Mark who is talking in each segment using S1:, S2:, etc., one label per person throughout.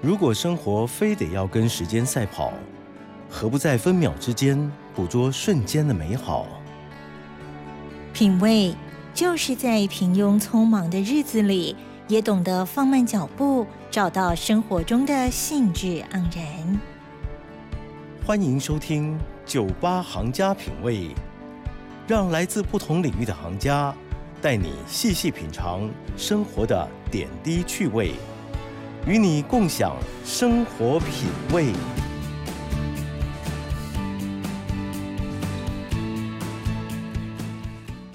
S1: 如果生活非得要跟时间赛跑，何不在分秒之间捕捉瞬间的美好？
S2: 品味就是在平庸匆忙的日子里，也懂得放慢脚步，找到生活中的兴致盎然。
S1: 欢迎收听《酒吧行家品味》，让来自不同领域的行家带你细细品尝生活的点滴趣味，与你共享生活品味。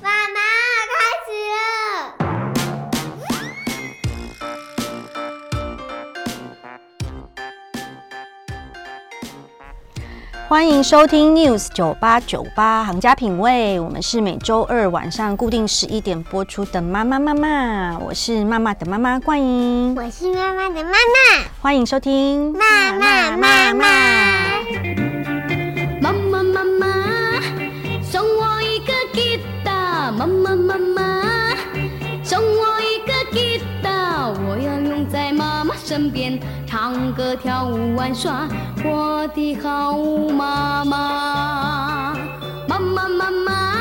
S3: 妈妈，开始了！
S4: 欢迎收听 News 九八九八行家品味，我们是每周二晚上固定十一点播出的《妈妈妈妈》，我是妈妈的妈妈冠莹，
S3: 我是妈妈的妈妈，
S4: 欢迎收听
S3: 妈妈妈妈。
S5: 妈妈妈妈，送我一个吉他。妈妈妈妈，送我一个吉他，我要用在妈妈身边，唱歌跳舞玩耍，我的好妈妈。妈妈妈妈，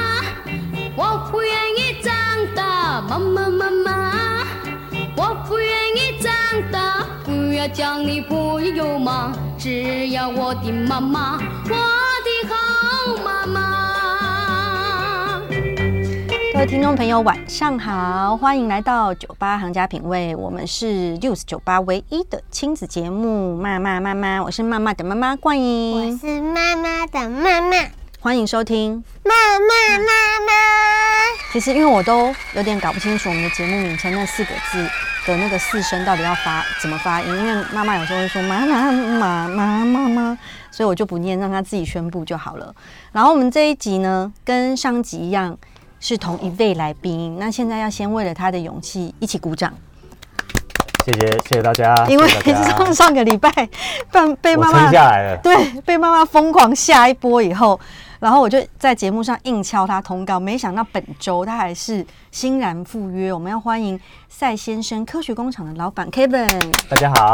S5: 我不愿意长大。妈妈妈妈，我不愿意长大。不要讲你不要妈，只要我的妈妈，我的好妈妈。
S4: 各位听众朋友，晚上好，欢迎来到酒吧行家品味，我们是 News 酒吧唯一的亲子节目《妈妈妈妈》，我是妈妈的妈妈冠
S3: 我
S4: 莹，
S3: 是妈妈的妈妈，
S4: 欢迎收听。
S3: 妈妈妈妈。
S4: 其实因为我都有点搞不清楚我们的节目名称那四个字的那个四声到底要发怎么发音，因为妈妈有时候会说妈妈妈妈妈妈，所以我就不念，让她自己宣布就好了。然后我们这一集呢，跟上集一样是同一位来宾，那现在要先为了他的勇气一起鼓掌，
S6: 谢谢谢谢大家，
S4: 因为
S6: 谢谢大家
S4: 上上个礼拜被被
S6: 我
S4: 妈
S6: 撑
S4: 妈
S6: 下来了，
S4: 对，被妈妈疯狂下一波以后，然后我就在节目上硬敲他通告，没想到本周他还是欣然赴约。我们要欢迎赛先生科学工厂的老板 Kevin。
S6: 大家好，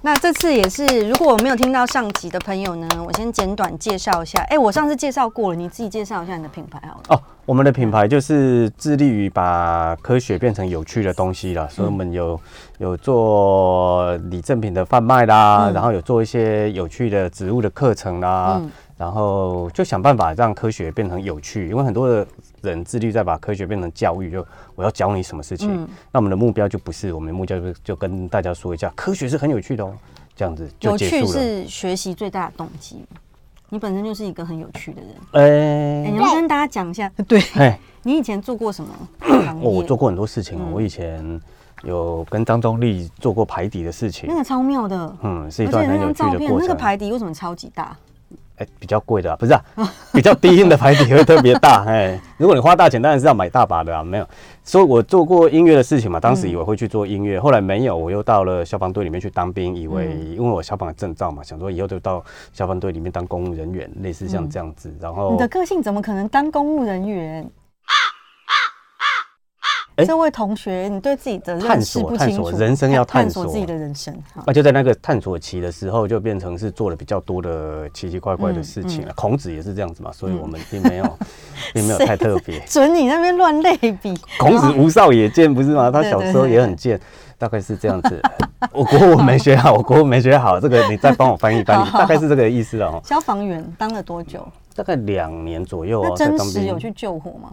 S4: 那这次也是，如果我没有听到上集的朋友呢，我先简短介绍一下。哎、我上次介绍过了，你自己介绍一下你的品牌好了。
S6: 哦，我们的品牌就是致力于把科学变成有趣的东西了，所以我
S4: 嗯
S6: 们有有做礼赠品的贩卖啦，
S4: 嗯
S6: 然后有做一些有趣的植物的课程啦，
S4: 嗯
S6: 然后就想办法让科学变成有趣，因为很多的人致力在把科学变成教育，就我要教你什么事情，
S4: 嗯
S6: 那我们的目标就不是，我们的目标就就跟大家说一下，科学是很有趣的哦，这样子就
S4: 有
S6: 结
S4: 趣
S6: 束了。
S4: 是学习最大的动机。你本身就是一个很有趣的人，
S6: 哎、
S4: 哎、你要跟大家讲一下。对，
S6: 嘿
S4: 你以前做过什么行业？
S6: 哦，我做过很多事情哦，
S4: 哎嗯
S6: 我以前有跟张忠立做过排底的事情
S4: 那，个超妙的，
S6: 嗯，是一
S4: 而且
S6: 段
S4: 那
S6: 很
S4: 张
S6: 有趣
S4: 照
S6: 的
S4: 片，
S6: 过
S4: 那个
S6: 程。
S4: 排哦底为什么超级大？
S6: 哎、比较贵的、啊，不是啊，比较低音的排底会特别大。 哎，如果你花大钱，当然是要买大把的啊，没有。所以我做过音乐的事情嘛，当时以
S4: 嗯
S6: 为会去做音乐，后来没有，我又到了消防队里面去当兵，以为、
S4: 嗯
S6: 因为我消防的证照嘛，想说以后就到消防队里面当公务人员，类似像这样子。然后
S4: 嗯你的个性怎么可能当公务人员？
S6: 哎
S4: 这位同学，你对自己的认
S6: 探
S4: 识
S6: 索
S4: 不
S6: 探
S4: 清
S6: 索
S4: 楚，
S6: 人生要探
S4: 探索
S6: 索哎
S4: 自己的人生。好
S6: 啊那就在那个探索期的时候，就变成是做了比较多的奇奇怪怪
S4: 嗯
S6: 的事情了。啊孔子也是这样子嘛，所以我们并没有， 并没有太特别。
S4: 准你那边乱类比，
S6: 孔子无少也贱，不是吗？他
S4: 对
S6: 小
S4: 对
S6: 时候
S4: 对
S6: 也很贱，大概是这样子。 我国文没学好，我国文没学好，这个你再帮我翻译翻译，
S4: 好
S6: 大概是这个意思了哦。
S4: 消防员当了多久？
S6: 大概两年左右
S4: 那
S6: 哦，在
S4: 真
S6: 当
S4: 实有
S6: 兵。
S4: 去救火吗？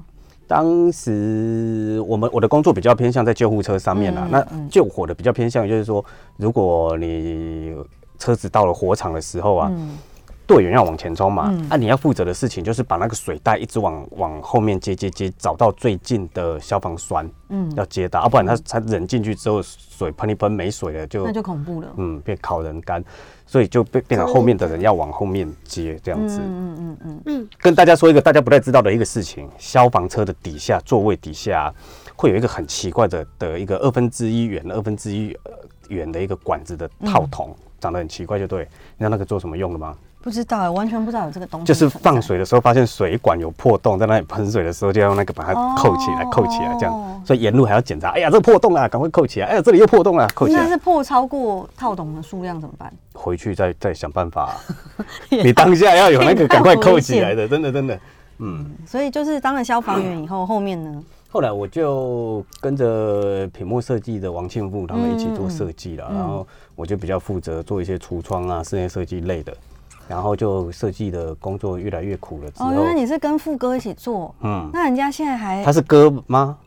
S6: 当时我们我的工作比较偏向在救护车上面啦、啊
S4: 嗯
S6: 那救火的比较偏向于就是说，如果你车子到了火场的时候啊，
S4: 嗯，
S6: 队员要往前冲嘛，
S4: 嗯
S6: 啊，你要负责的事情就是把那个水带一直往往后面接接接，找到最近的消防栓，
S4: 嗯
S6: 嗯，要接到，要、不然他他人进去之后，水喷一喷没水了就
S4: 那就恐怖了。
S6: 嗯变烤人干，所以就变变成后面的人要往后面接这样子。
S4: 嗯嗯嗯嗯，
S6: 跟大家说一个大家不太知道的一个事情：消防车的底下座位底下会有一个很奇怪的的一个二分之一元、二分
S4: 嗯
S6: 之一呃元的一个管子的套筒，长得很奇怪，就对。你知道那个做什么用的吗？
S4: 不知道，欸完全不知道有这个东西
S6: 就
S4: 存在。
S6: 是放水的时候发现水管有破洞，在那里喷水的时候就要用那个把它扣起来，
S4: 哦
S6: 扣起来这样。所以沿路还要检查，哎呀，这个破洞啊，赶快扣起来！哎呀，这里又破洞了，扣起
S4: 那
S6: 来
S4: 是。破超过套筒的数量怎么办？
S6: 回去再再想办 法、你当下要有那个赶快扣起来的，真的真的。嗯，
S4: 所以就是当了消防员以后，后面呢，
S6: 后来我就跟着屏幕设计的王庆富他们一起做设计了，
S4: 嗯嗯嗯
S6: 然后我就比较负责做一些橱窗啊、室内设计类的，然后就设计的工作越来越苦了之
S4: 哦，原
S6: 后
S4: 来，你是跟副哥一起做，
S6: 嗯，
S4: 那人家现在还
S6: 他是哥吗？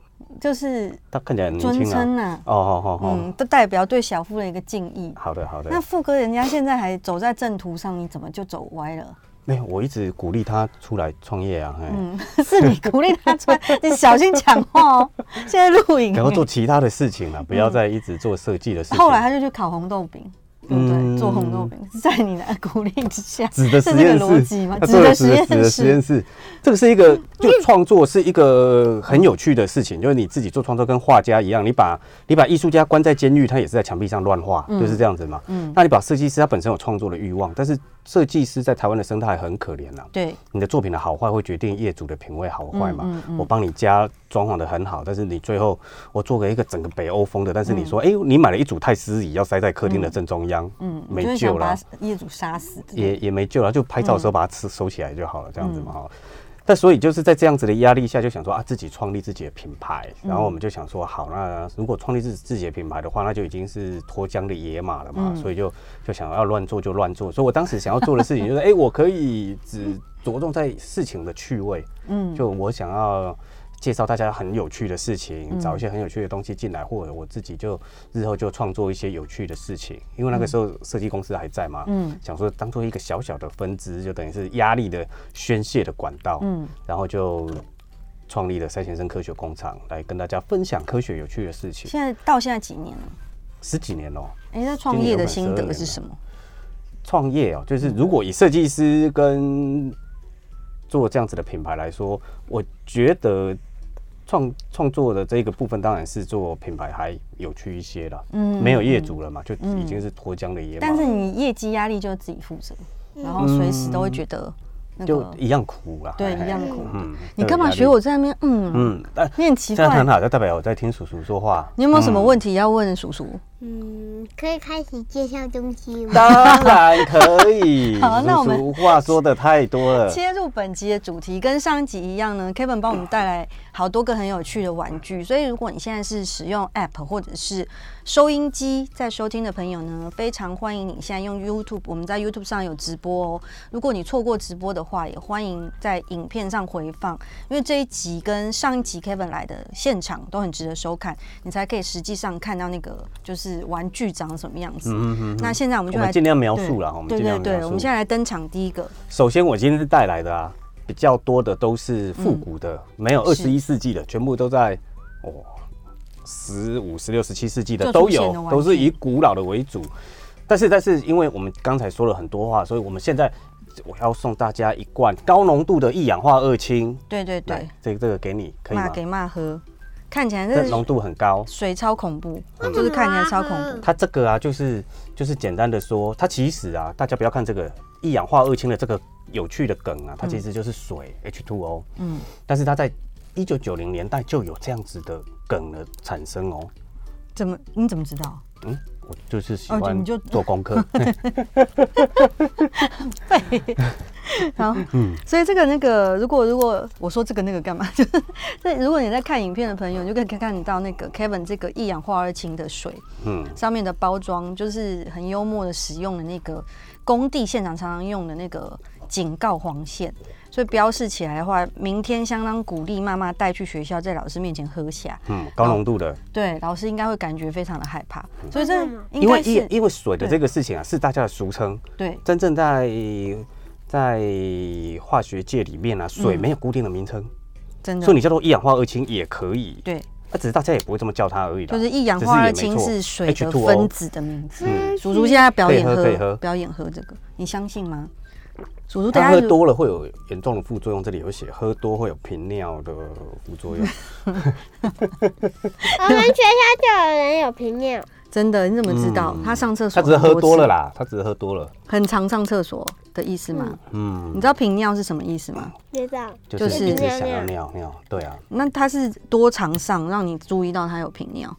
S4: 就是
S6: 他看起来很年
S4: 尊
S6: 轻啊。
S4: 称呐，
S6: 哦哦哦
S4: 嗯
S6: 哦，，
S4: 都代表对小夫的一个敬意。
S6: 好的好的
S4: 那。副哥人家现在还走在正途上，你怎么就走歪了？
S6: 没有，哎我一直鼓励他出来创业啊，嘿，
S4: 嗯， 是你鼓励他出来，你小心讲话 哦。现在录影，
S6: 然后做其他的事情啊，不要再一直做设计的事
S4: 嗯
S6: 情。
S4: 后来他就去烤红豆饼，对不对？
S6: 嗯
S4: 做红豆饼是在你的鼓励之下，
S6: 纸 的
S4: 是
S6: 实
S4: 这
S6: 验
S4: 个逻
S6: 室
S4: 辑吗？，
S6: 他
S4: 纸
S6: 做了
S4: 的
S6: 纸
S4: 实
S6: 的纸
S4: 验
S6: 的实验
S4: 室，嗯
S6: 室，这个是一个就创作是一个很有趣的事情，就是你自己做创作跟画家一样，你把你把艺术家关在监狱，他也是在墙壁上乱画，就是这样子嘛。
S4: 嗯，
S6: 那你把设计师他本身有创作的欲望，但是设计师在台湾的生态很可怜呐、啊
S4: 对，
S6: 你的作品的好坏会决定业主的品味好坏嘛？
S4: 嗯嗯嗯
S6: 我帮你家装潢的很好，但是你最后我做了一个整个北欧风的，但是你说，哎、你买了一组太师椅要塞在客厅的正中央，
S4: 嗯，你就
S6: 没
S4: 是
S6: 救
S4: 想
S6: 了
S4: 把，业主杀死之类的，
S6: 也也没救了，就拍照的时候把它吃收起来就好了，这样子嘛哈。但所以就是在这样子的压力下，就想说啊，自己创立自己的品牌，然后我们就想说，好，那如果创立自自己的品牌的话，那就已经是脱缰的野马了嘛，所以就就想要乱做就乱做。所以我当时想要做的事情就是，哎、我可以只着重在事情的趣味，
S4: 嗯，
S6: 就我想要介绍大家很有趣的事
S4: 嗯
S6: 情，找一些很有趣的东西进来，或者我自己就日后就创作一些有趣的事情。因为那个时候设计公司还在嘛，
S4: 嗯
S6: 想说当做一个小小的分支，就等于是压力的宣泄的管道，
S4: 嗯
S6: 然后就创立了赛先生科学工厂，来跟大家分享科学有趣的事情。
S4: 现在到现在几年了？
S6: 十几年哦、
S4: 哎，那创业的心得是什么？
S6: 创业
S4: 嗯
S6: 哦，就是如果以设计师跟做这样子的品牌来说，我觉得创创作的这个部分当然是做品牌还有趣一些了。
S4: 嗯
S6: 没有业主了嘛，就已经是脱缰的野马。
S4: 但是你业绩压力就自己负责，然后随时都会觉得那
S6: 就
S4: 个
S6: 一样苦啦，
S4: 对
S6: 嘿嘿
S4: 一样苦的
S6: 嗯
S4: 你干嘛学？我在那边嗯
S6: 嗯，但
S4: 念奇
S6: 这样
S4: 怪
S6: 很？好，就代表我在听叔叔说话。
S4: 你有没有什么问题要问叔叔？
S3: 嗯，可以开始介绍东西吗？
S6: 当然可 以，
S4: 好那我
S6: 叔
S4: 们
S6: 叔话说的太多了。
S4: 切入本集的主题，跟上一集一样呢，Kevin 帮我们带来好多个很有趣的玩具。所以，如果你现在是使用 App 或者是收音机在收听的朋友呢，非常欢迎你现在用 YouTube，我们在 YouTube 上有直播哦。如果你错过直播的话，也欢迎在影片上回放，因为这一集跟上一集 Kevin 来的现场都很值得收看，你才可以实际上看到那个就是玩具长什么样子。
S6: 嗯嗯嗯
S4: 那现在我们就
S6: 我们
S4: 来
S6: 尽量描述啦
S4: 对
S6: 我们
S4: 对
S6: 尽量
S4: 对对，
S6: 描述
S4: 我们现在来登场第一个。
S6: 首先，我今天带来的啊，比较多的都是复古的，没有二
S4: 嗯是
S6: 十一世纪的，全部都在哦十五、十六、十七世纪的
S4: 就出
S6: 都
S4: 现
S6: 有
S4: 的玩，具
S6: 都是以古老的为主。但是，但是，因为我们刚才说了很多话，所以我们现在我要送大家一罐高浓度的一氧化二氢，
S4: 对对对
S6: 来，，这个这个给你，可以
S4: 骂
S6: 吗？
S4: 给骂喝，看起来
S6: 这
S4: 这
S6: 浓度很高，
S4: 水超恐怖，就是看起来超恐怖。
S6: 它这个啊，就是就是简单的说，它其实啊，大家不要看这个一氧化二氢的这个有趣的梗啊，它其实就是水、H2O。
S4: 嗯
S6: 嗯，但是它在一九九零年代就有这样子的梗的产生哦。
S4: 怎么你怎么知道？
S6: 嗯，我就是喜
S4: 哦你
S6: 欢
S4: 就
S6: 做功 课。
S4: 然后，
S6: 嗯
S4: 所以这个那个，如果如果我说这个那个干嘛？ 就是这如果你在看影片的朋友，你就可以看看到那个 Kevin 这个一氧化二氢的水
S6: 嗯，
S4: 上面的包装，就是很幽默的使用的那个工地现场常常用的那个警告黄线。所以标示起来的话，明天相当鼓励妈妈带去学校，在老师面前喝下。
S6: 嗯，高浓度的，
S4: 对，老师应该会感觉非常的害怕，所以这应
S6: 因为
S4: 该
S6: 一
S4: 是
S6: 因为水的这个事情啊，是大家的俗称。
S4: 对，
S6: 真正在在化学界里面啊，
S4: 嗯
S6: 水没有固定的名称，
S4: 真的
S6: 所以。你叫做一氧化二氢也可以。
S4: 嗯对，
S6: 那只是大家也不会这么叫它而已啦。
S4: 就是一氧化二氢是水的分子的名字。
S6: 嗯，
S4: 叔叔现在表演
S6: 可以喝可以喝
S4: 表演喝这个，你相信吗？叔叔等
S6: 它
S4: 下
S6: 喝
S4: 就
S6: 多了会有严重的副作用，这里有写喝多会有频尿的 副作用。
S3: 我们学校就有人有瓶尿，
S4: 真的，你怎么知道？他上厕所
S6: 嗯他只是喝
S4: 很
S6: 多
S4: 次
S6: 了，啦，他只是喝多了，
S4: 很常上厕所的意思吗？
S6: 嗯
S4: 你，知道频尿是什么意思吗？
S3: 知道，
S6: 就
S4: 就
S6: 是
S4: 是
S6: 一直想要尿尿，对啊，
S4: 那他是多常上，让你注意到他有频尿？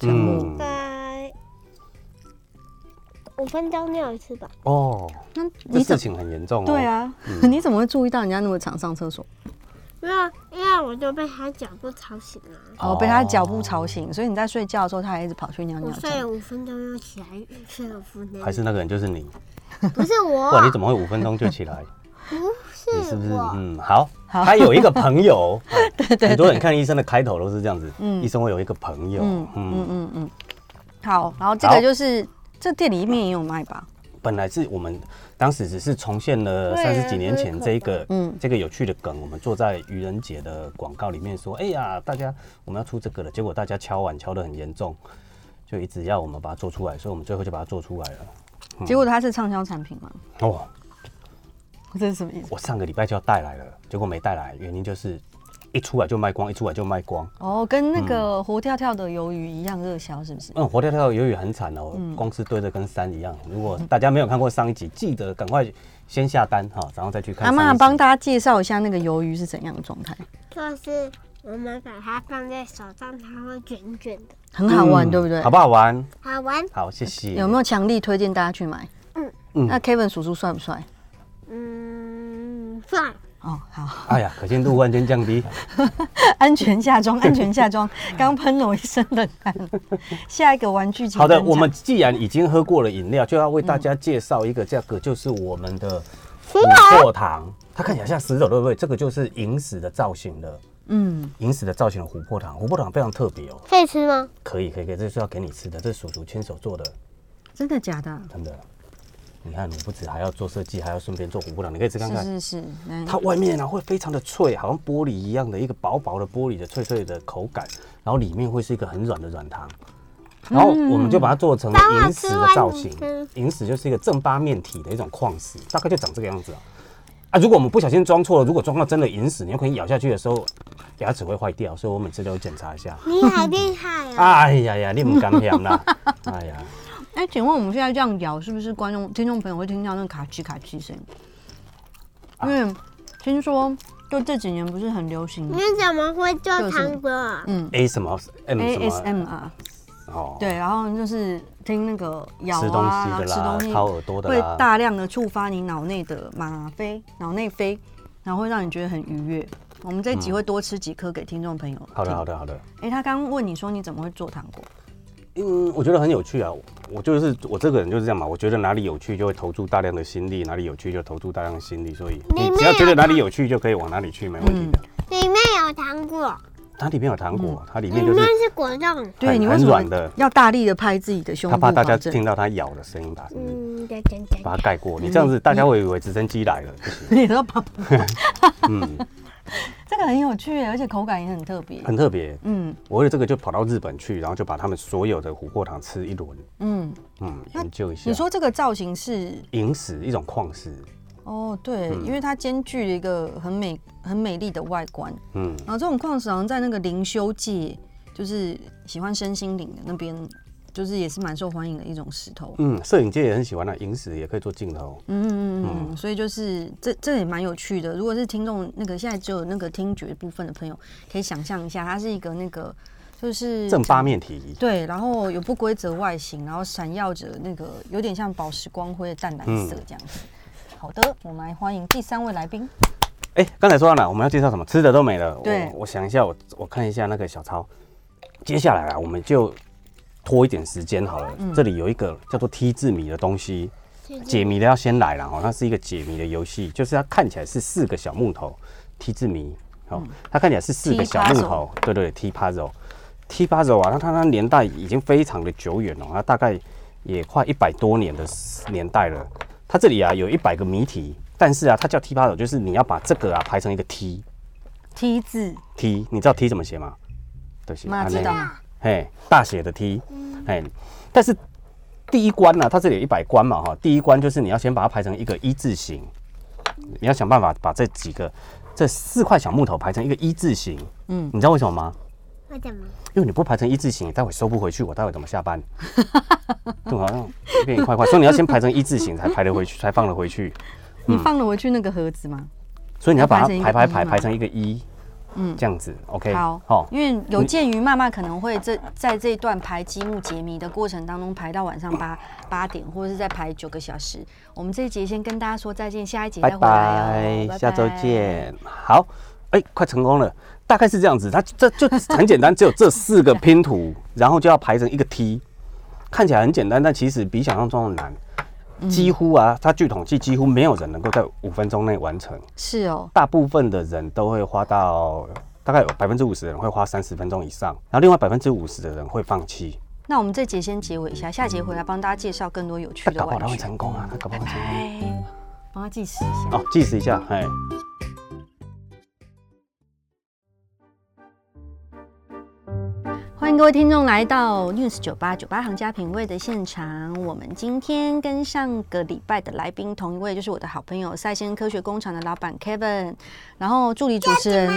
S4: 沉默
S6: 嗯
S3: 呃，五分钟尿一次吧，
S6: 哦，
S4: 那
S6: 这
S4: 你怎
S6: 事
S4: 么？
S6: 情很严重哦，
S4: 对，啊， 你怎么会注意到人家那么常上厕所？
S3: 没有，因为我就被他脚步吵醒了，
S4: 哦，被他脚步吵醒，所以你在睡觉的时候，他还一直跑去尿
S3: 我
S4: 尿。这
S3: 睡
S4: 样
S3: 了五分钟又起来，睡了五分钟，
S6: 还是那个人就是你，
S3: 不是我？啊
S6: 哇，你怎么会五分钟就起来？
S3: 不
S6: 你是不是
S3: 是我，
S6: 嗯好？
S4: 好
S6: 他有一个朋 友，很多人看医生的开头都是这样子，医生会有一个朋友，
S4: 嗯嗯
S6: 嗯，
S4: 嗯嗯，好，然后这个
S6: 好
S4: 就是这店里面也有卖吧？
S6: 本来是我们当时只是重现了
S3: 对
S6: 三十几年前这个
S4: 嗯
S6: 这个有趣的梗，我们做在愚人节的广告里面说，哎呀，大家我们要出这个了，结果大家敲碗敲得很严重，就一直要我们把它做出来，所以我们最后就把它做出来了。
S4: 结果它是畅销产品吗？
S6: 哦，
S4: 这是什么意思？
S6: 我上个礼拜就要带来了，结果没带来，原因就是一出来就卖光，一出来就卖光。
S4: 哦，跟那个活跳跳的鱿鱼一样热销，是不是？
S6: 嗯，活跳跳鱿鱼很惨哦，光是堆的跟山一样。如果大家没有看过上一集，记得赶快先下单哈，然后再去
S4: 阿
S6: 看上一集。
S4: 妈帮大家介绍一下那个鱿鱼是怎样的状态，
S3: 就是我们把它放在手上，它会卷卷的，
S4: 很好玩，
S6: 嗯
S4: 对不对？
S6: 好不好玩？
S3: 好玩。
S6: 好，谢谢。
S4: 有没有强力推荐大家去买？
S3: 嗯
S6: 嗯
S4: 那 Kevin 叔叔帅不帅？
S3: 嗯，算了，
S4: 哦，好，
S6: 哎呀，可见度忽然间降低。
S4: 安全下 装，安全下装，刚喷了我一身冷 汗。下一个玩具请
S6: 好的，
S4: 登场
S6: 我们既然已经喝过了饮料，就要为大家介绍一个，这个就是我们的琥珀糖，它看起来像石头，对不对？这个就是萤石的造型的，
S4: 嗯，
S6: 萤石的造型的琥珀糖，琥珀糖非常特别哦。
S3: 可以吃吗？
S6: 可以，可以，可以，这是要给你吃的，这是叔叔亲手做的，
S4: 真的假的？
S6: 真的。你看，你不止还要做设计，还要顺便做琥珀糖，你可以吃看看。
S4: 是是是，来
S6: 它外面啊会非常的脆，好像玻璃一样的一个薄薄的玻璃的脆脆的口感，然后里面会是一个很软的软
S4: 嗯
S6: 糖，然后我们就把它做成
S3: 当我
S6: 银石
S3: 吃
S6: 的
S3: 完
S6: 造
S3: 你
S6: 型
S3: 吃，
S6: 银石就是一个正八面体的一种矿石，大概就长这个样子啊。啊，如果我们不小心装错了，如果装到真的银石，你有可能咬下去的时候牙齿会坏掉，所以我每次都会检查一下。
S3: 你好厉害 啊！
S6: 哎呀呀，你唔敢想啦！哎呀，
S4: 哎、请问我们现在这样摇，是不是观众、听众朋友会听到那个卡叽卡叽声？因为听说就这几年不是很流行嗯
S3: 你怎么会
S4: 就
S3: 做
S4: 是
S3: 糖果？
S6: a 什么 M 什么
S4: ASMR，
S6: 哦，
S4: 对，然后就是听那个咬
S6: 吃东
S4: 啊，
S6: 西
S4: 然后
S6: 的
S4: 吃
S6: 啦
S4: 东，西
S6: 掏耳朵的
S4: 会
S6: 啦，
S4: 大量的触发你脑内的吗啡、脑内啡，然后会让你觉得很愉悦。我们这一集会多吃几颗给听众朋友。
S6: 好的好。的好的。
S4: 哎、他刚刚问你说你怎么会做糖果？
S6: 嗯，我觉得很有趣啊。我我就是我这个人就是这样嘛，我觉得哪里有趣就会投注大量的心力，哪里有趣就投注大量的心力，所以
S3: 里
S6: 你
S3: 面
S6: 只要觉得哪里有趣就可以往哪里去，没问题
S4: 嗯
S6: 的。
S3: 里面有糖果，
S6: 它里面有糖果，它里
S3: 里
S6: 面就是
S3: 面是果冻。
S4: 哎对你为
S6: 很
S4: 什么
S6: 软的
S4: 要大力的拍自己的胸
S6: 它
S4: 部？
S6: 怕大家
S4: 保证
S6: 听到它咬的声音，把声音
S3: 嗯，对对对。
S6: 把它盖过。你这
S4: 嗯
S6: 样子大家会以为直升机来了，不行。
S4: 你都怕
S6: 嗯，
S4: 这个很有趣耶，而且口感也很特别。
S6: 很特别。
S4: 嗯
S6: 我为了这个就跑到日本去，然后就把他们所有的琥珀糖吃一轮，
S4: 嗯，
S6: 嗯，
S4: 那
S6: 研究一下。
S4: 你说这个造型是
S6: 萤石一种矿石，
S4: 哦，对，
S6: 嗯
S4: 因为它兼具了一个很美很美丽的外观，
S6: 嗯，
S4: 然后这种矿石好像在那个灵修界，就是喜欢身心灵的那边，就是也是蛮受欢迎的一种石头。
S6: 嗯，摄影界也很喜欢啊，萤石也可以做镜头。
S4: 嗯嗯嗯嗯，所以就是这这也蛮有趣的。如果是听众那个现在只有那个听觉部分的朋友，可以想象一下，它是一个那个就是
S6: 正八面体，
S4: 对，然后有不规则外形，然后闪耀着那个有点像宝石光辉的淡蓝色
S6: 嗯
S4: 这样子。好的，我们来欢迎第三位来宾。
S6: 哎、刚才说到哪？我们要介绍什么？吃的都没了。
S4: 对
S6: 我我想一下，我我看一下那个小抄。接下来啊，我们就拖一点时间好了。这里有一个叫做 T 字谜的东西，解谜的要先来了哦。它是一个解谜的游戏，就是它看起来是四个小木头 T 字谜，哦，它看起来是四个
S4: T
S6: 小木头，对对对，T puzzle。T puzzle 啊，那它它年代已经非常的久远了，它大概也快一百多年的年代了。它这里啊有一百个谜题，但是啊，它叫 T puzzle，就是你要把这个啊排成一个 T
S4: T 字
S6: T，你知道 T 怎么写吗？对，写
S4: 妈
S6: 安
S4: 知
S6: 内
S4: 道吗？
S6: 嘿，大写的 T，嘿，但是第一关呢、啊它这里有一百关嘛，哈，第一关就是你要先把它排成一个一字形，你要想办法把这几个这四块小木头排成一个一字形，嗯，你知道为什么吗？
S3: 为什么？
S6: 因为你不排成一字形，待会收不回去，我待会怎么 下班？对好像一片一块块，所以你要先排成一字形才排得回去，才放得回去。嗯
S4: 你放了回去那个盒子吗？
S6: 所以你要把
S4: 排
S6: 它
S4: 成一个
S6: 排排
S4: 一
S6: 排
S4: 嘛
S6: 排成一个一，嗯
S4: 嗯，
S6: 这样子，OK，
S4: 好，
S6: 好，嗯
S4: 因为有鉴于妈妈可能会这在这一段排积木解谜的过程当中排到晚上八八点，或者是再排九个小时。我们这一节先跟大家说再见，下一节
S6: 拜
S4: 再回来哦，
S6: 拜，下周。见。好，哎，快成功了，大概是这样子。它这就很简单，只有这四个拼图，然后就要排成一个 T，看起来很简单，但其实比想象中的难。几乎啊，它据统计几乎没有人能够在五分钟内完成，
S4: 是哦，
S6: 大部分的人都会花到大概有百分之五十的人会花三十分钟以上，然后另外百分之五十的人会放弃。
S4: 那我们这节先结尾一下，下节回来帮大家介绍更多有趣
S6: 那
S4: 的
S6: 搞不好他
S4: 玩
S6: 会
S4: 具。
S6: 成功啊，那搞不好会成功。
S4: 哎，帮他计时一下。
S6: 哦，计时一下，哎。
S4: 欢迎各位听众来到 News 九八九八行家品味的现场。我们今天跟上个礼拜的来宾同一位，就是我的好朋友赛先科学工厂的老板 Kevin，然后助理主持人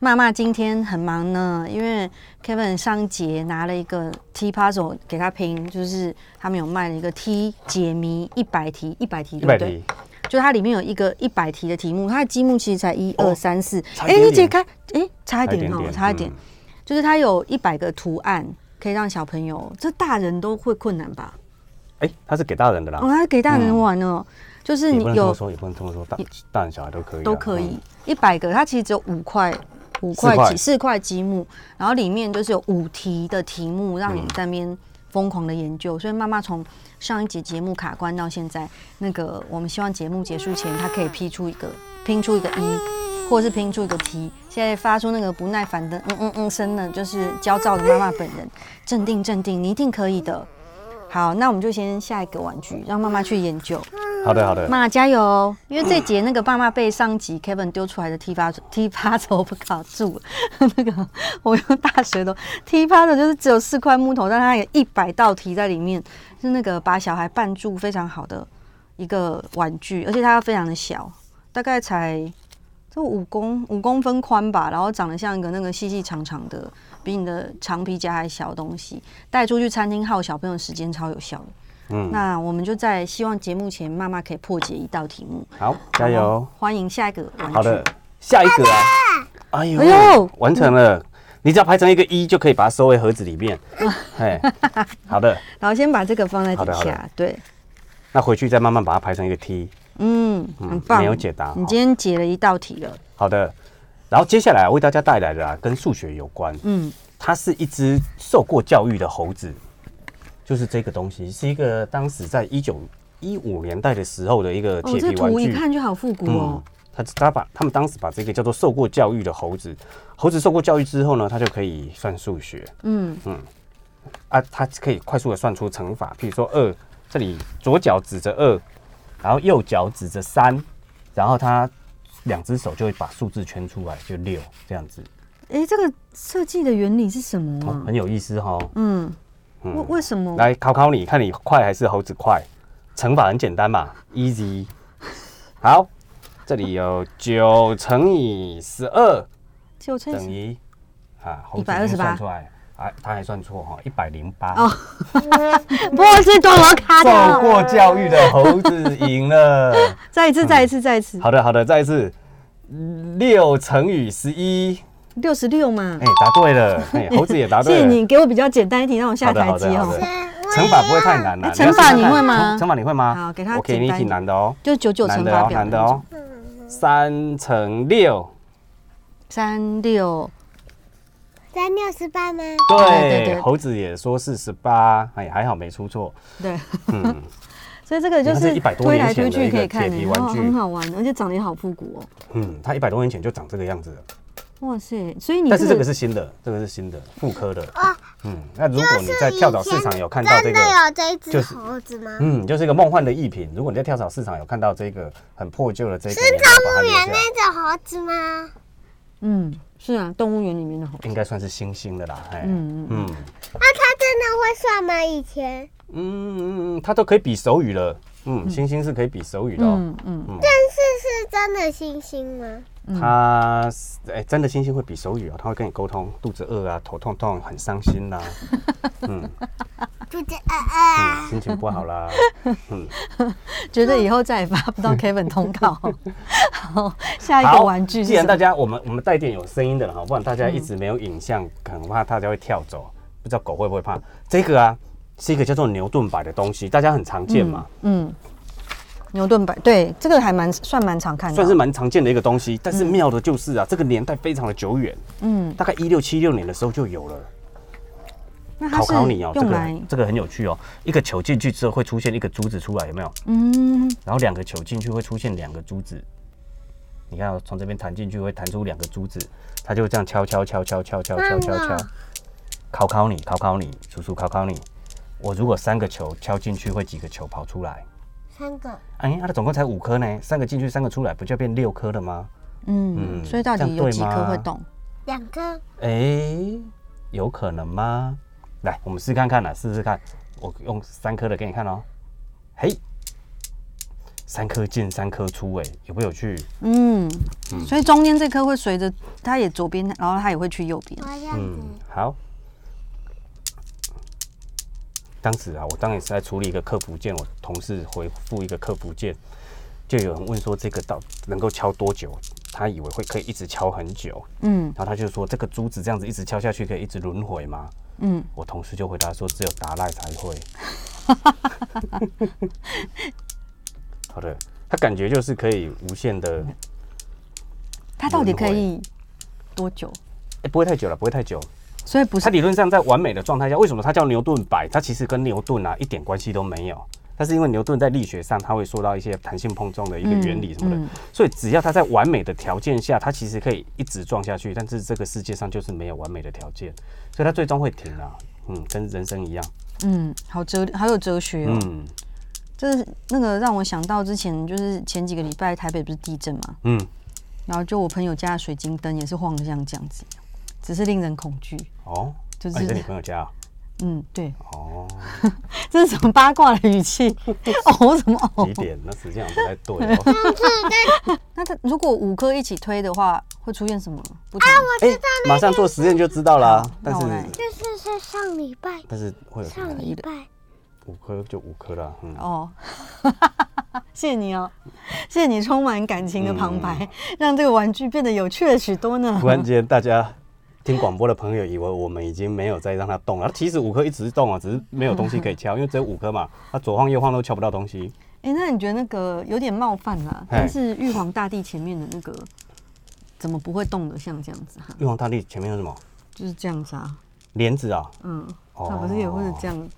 S4: 妈妈今天很忙呢，因为 Kevin 上一节拿了一个 T puzzle 给他拼，就是他们有卖了一个 T 解谜一百题，一百题
S6: 一
S4: 对
S6: 百
S4: 不对
S6: 题？，
S4: 就它里面有一个一百题的题目，它的积木其实才一
S6: 哦
S4: 二三四，
S6: 差一
S4: 哎，
S6: 点
S4: 你解
S6: 点
S4: 开，哎，差一点哦，差一点
S6: 嗯。
S4: 就是它有一百个图案，可以让小朋友，这大人都会困难吧？
S6: 哎，它是给大人的啦
S4: 哦，，它给大人玩哦，就是
S6: 嗯也
S4: 你
S6: 不能这么
S4: 有
S6: 说，也不能这么说，大大人小孩都可以啊，
S4: 都可以
S6: 嗯。，
S4: 一百个它其实只有五块。五
S6: 四
S4: 块
S6: 块
S4: 积四块积木，然后里面就是有五题的题目，让
S6: 嗯
S4: 你在那边疯狂的研究。所以妈妈从上一节节目卡关到现在，那个我们希望节目结束前，她可以批出一个拼出一个一，或者是拼出一个 T。现在发出那个不耐烦的嗯嗯嗯声呢，就是焦躁的妈妈本人。镇定镇定，你一定可以的。好，那我们就先下一个玩具，让妈妈去研究。
S6: 嗯好的，好的，
S4: 妈加油哦！因为这节那个爸妈被上集 Kevin 丢出来的 T 八 T 八轴不搞住，那个 我用大舌头 T 八轴就是只有四块木头，但它有一百道题在里面，是那个把小孩绊住非常好的一个玩具，而且它非常的小，大概才这五公五公分宽吧，然后长得像一个那个细细长长的，比你的长皮夹还小的东西，带出去餐厅耗小朋友时间超有效的。
S6: 嗯，
S4: 那我们就在希望节目前，妈妈可以破解一道题目。
S6: 好，加油，！
S4: 欢迎下一个玩具。
S6: 好的，，下一个啊，哎
S4: 哎
S6: 呦
S4: 呦，
S6: 完成了，你只要排成一个一就可以把它收回盒子里面，
S4: 嗯
S6: 哎，好的，
S4: 然后先把这个放在
S6: 好
S4: 底
S6: 的好的
S4: 下。对，
S6: 那回去再慢慢把它排成一个 T，
S4: 嗯，
S6: 嗯
S4: 很棒。
S6: 没有解答
S4: 你今天解了一道题了。
S6: 好的。然后接下来啊为大家带来的啊，跟数学有关，
S4: 嗯，
S6: 它是一只受过教育的猴子，就是这个东西，是一个当时在一九一五年代的时候的一个
S4: 哦，
S6: 铁
S4: 这
S6: 皮玩
S4: 图一
S6: 具。
S4: 看就好复古哦。
S6: 嗯他他把他们当时把这个叫做受过教育的猴子，猴子受过教育之后呢，他就可以算数学
S4: 嗯，
S6: 啊，他可以快速的算出乘法，譬如说二，这里左脚指着二，然后右脚指着三，然后他两只手就会把数字圈出来，就六这样子，
S4: 哎、这个设计的原理是什么
S6: 哦
S4: 啊？
S6: 很有意思哈。
S4: 嗯，为、
S6: 嗯，
S4: 为什么？
S6: 来考考你，看你快还是猴子快？乘法很简单嘛，easy。好，这里有九乘以十二。
S4: 就这
S6: 等于啊，猴子
S4: 128
S6: 已经算出来，啊，他还算错哈，一百零八。
S4: 哦不是多罗卡
S6: 受
S4: 的。
S6: 过教育的猴子 赢了。
S4: 再一次，再一次，再一次。
S6: 好的，好的，再一次，六乘以十一，
S4: 六十六嘛
S6: 哎。，答对了，哎，猴子也答
S4: 谢
S6: 对
S4: 谢你
S6: 了。
S4: 给我比较简单一题，让我下
S6: 好的，
S4: 台
S6: 好
S4: 阶
S6: 的，好
S4: 哦
S6: 的。。乘法不会太难了。
S4: 哎乘法
S6: 要试试看
S4: 你会吗
S6: 乘乘法你会吗？
S4: 好给他
S6: 我给
S4: 简
S6: 你一
S4: 单一
S6: 题
S4: 点
S6: 难的哦，
S4: 就九九
S6: 难
S4: 乘
S6: 的
S4: 法
S6: 哦，
S4: 表
S6: 难的哦。三乘六，
S4: 三六
S3: 三六十八吗？
S6: 哦
S4: 对对
S6: 对，
S4: 对
S6: 猴子也说是十八，哎，还好没出错。
S4: 对，
S6: 嗯，
S4: 所以这个就
S6: 它是
S4: 是
S6: 100多
S4: 推
S6: 年
S4: 来
S6: 前
S4: 推
S6: 的一
S4: 去
S6: 个
S4: 可以看
S6: 铁皮
S4: 的，
S6: 玩
S4: 然后
S6: 具
S4: 很好玩，而且长得也好复古
S6: 嗯，它一百多年前就长这个样子了。
S4: 哦。哇塞！所以你
S6: 但是这个
S4: 是
S6: 是新的，这个是新的妇科的。嗯，那如果你在跳蚤市场有看到这
S3: 真
S6: 个
S3: 的，有这一
S6: 就
S3: 只
S6: 是
S3: 猴子吗？
S6: 嗯，就是一个梦幻的艺品。如果你在跳蚤市场有看到这个很破旧的这个，你要把它留下，
S3: 那只猴子吗？啊
S4: 嗯，是啊，动物园里面的猴。
S6: 应该算是新兴的啦。哎，嗯
S4: 嗯
S6: 嗯
S3: 那它真的会算吗？以前
S6: 嗯嗯，它都可以比手嗯语了。嗯，星星是可以比手语的哦。
S4: 嗯嗯，
S6: 嗯，
S3: 这是真的星星吗？
S6: 他哎、真的星星会比手语哦，他会跟你沟通，肚子饿啊，头痛痛，很伤心啦、
S3: 肚子饿饿，
S6: 嗯，心情不好啦，
S4: 觉得以后再也发不 到 Kevin 通告。好，下一个玩具
S6: 既
S4: 是
S6: 然
S4: 什
S6: 大
S4: 么？
S6: 家我们我们带点有声音的了哈，不然大家一直没有影像，很怕大家会跳走，不知道狗会不会怕这个啊。是一个叫做牛顿摆的东西，大家很常见嘛，
S4: 嗯，牛顿摆对这个还蛮算蛮常看的，哦
S6: 算是蛮常见的一个东西。但是妙的就是啊，这个年代非常的久远，
S4: 嗯，
S6: 大概一六七六年的时候就有了。
S4: 那它
S6: 考
S4: 是
S6: 考你哦、这
S4: 用
S6: 个
S4: 来
S6: 很这个很有趣哦、一个球进去之后会出现一个珠子出来，有没有？
S4: 嗯
S6: 然后两个球进去会出现两个珠子，你看哦从这边弹进去会弹出两个珠子，它就这样敲敲敲敲敲敲敲敲敲，考考你，考考你，叔叔考考你，我如果三个球敲进去会几个球跑出来？
S3: 三个
S6: 哎，它、总共才五颗呢，三个进去三个出来，不就变六颗了吗？
S4: 嗯，
S6: 嗯
S4: 所以到
S6: 这
S4: 底
S6: 样
S4: 有
S6: 对
S4: 几颗
S6: 吗
S4: 会动？
S3: 两个，
S6: 哎、有可能吗？来，我们试看看啦，试试看，我用三颗的给你看哦、嘿，三颗进，三颗出、哎，有没有趣？
S4: 嗯，所以中间这颗会随着它也左边，然后它也会去右边
S3: 我。要这样
S6: 嗯
S3: 子，，
S6: 好。当时啊，我当也是在处理一个客服件，我同事回复一个客服件，就有人问说这个到能够敲多久？他以为会可以一直敲很久，
S4: 嗯
S6: 然后他就说这个珠子这样子一直敲下去可以一直轮回吗？
S4: 嗯，
S6: 我同事就回答说只有达赖才会。 好的，他感觉就是可以无限的，
S4: 它到底
S6: 轮
S4: 可
S6: 回
S4: 以多久？
S6: 哎，不会太久了，不会太久。
S4: 所以不
S6: 它
S4: 是
S6: 理论上在完美的状态下，为什么它叫牛顿摆？它其实跟牛顿啊一点关系都没有。但是因为牛顿在力学上，它会说到一些弹性碰撞的一个原理什么的，
S4: 嗯嗯
S6: 所以只要它在完美的条件下，它其实可以一直撞下去。但是这个世界上就是没有完美的条件，所以它最终会停啊。嗯，跟人生一样。
S4: 嗯，好哲好有哲学哦。
S6: 嗯
S4: 这是那个让我想到之前就是前几个礼拜台北不是地震嘛，
S6: 嗯，
S4: 然后就我朋友家的水晶灯也是晃得像这样子，只是令人恐惧。
S6: 哦，
S4: 就
S6: 啊你在
S4: 是
S6: 你朋友家啊、
S4: 嗯，对，
S6: 哦，
S4: 这是什么八卦的语气？哦，什么哦
S6: 几？点？那时间好像不太对哦。
S4: 那它如果五颗一起推的话，会出现什么不同？
S6: 哎、马上做实验就知道啦。但
S4: 那
S6: 是
S4: 我来
S3: 就是是上礼拜，
S6: 但是会有什么
S3: 上礼拜
S6: 五颗就五颗啦。嗯，
S4: 哦， 谢谢你哦，谢谢你充满感情的旁白，让这个玩具变得有趣了许多呢
S6: 突。嗯然间，大家听广播的朋友以为我们已经没有再让它动了。其实五颗一直动啊，只是没有东西可以 敲，因为只有五颗嘛，它左晃右晃都敲不到东西。
S4: 哎、那你觉得那个有点冒犯啦？但是玉皇大帝前面的那个怎么不会动的像这样子哈、
S6: 玉皇大帝前面有什么
S4: 就是这样子啊，
S6: 帘子啊？
S4: 嗯，
S6: 哦
S4: 他不是也会这样，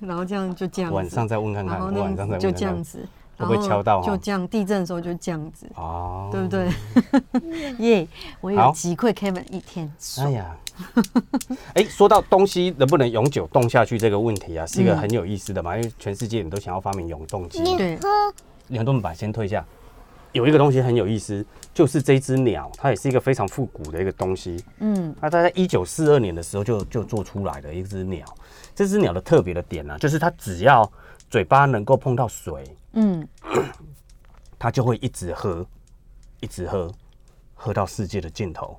S4: 然后这样就这样子，
S6: 晚上再问看
S4: 然
S6: 看，
S4: 后
S6: 我
S4: 那
S6: 晚上再问看
S4: 就
S6: 看
S4: 这样子，
S6: 会不会
S4: 然后
S6: 敲到啊
S4: 就这样，地震的时候就这样子，
S6: 哦，
S4: 对不？对？ 耶、我有
S6: 好
S4: 击溃 Kevin 一天，
S6: 哎呀，哎、说到东西能不能永久冻下去这个问题
S4: 嗯
S6: 啊，是一个很有意思的嘛，因为全世界人都想要发明永动机。
S4: 对，
S6: 牛顿摆先退下。有一个东西很有意思，就是这只鸟，它也是一个非常复古的一个东西。
S4: 嗯
S6: 那它在一九四二年的时候就就做出来的一只鸟。这只鸟的特别的点呢、啊，就是它只要嘴巴能够碰到水，
S4: 嗯，
S6: 它就会一直喝，一直喝，喝到世界的尽头，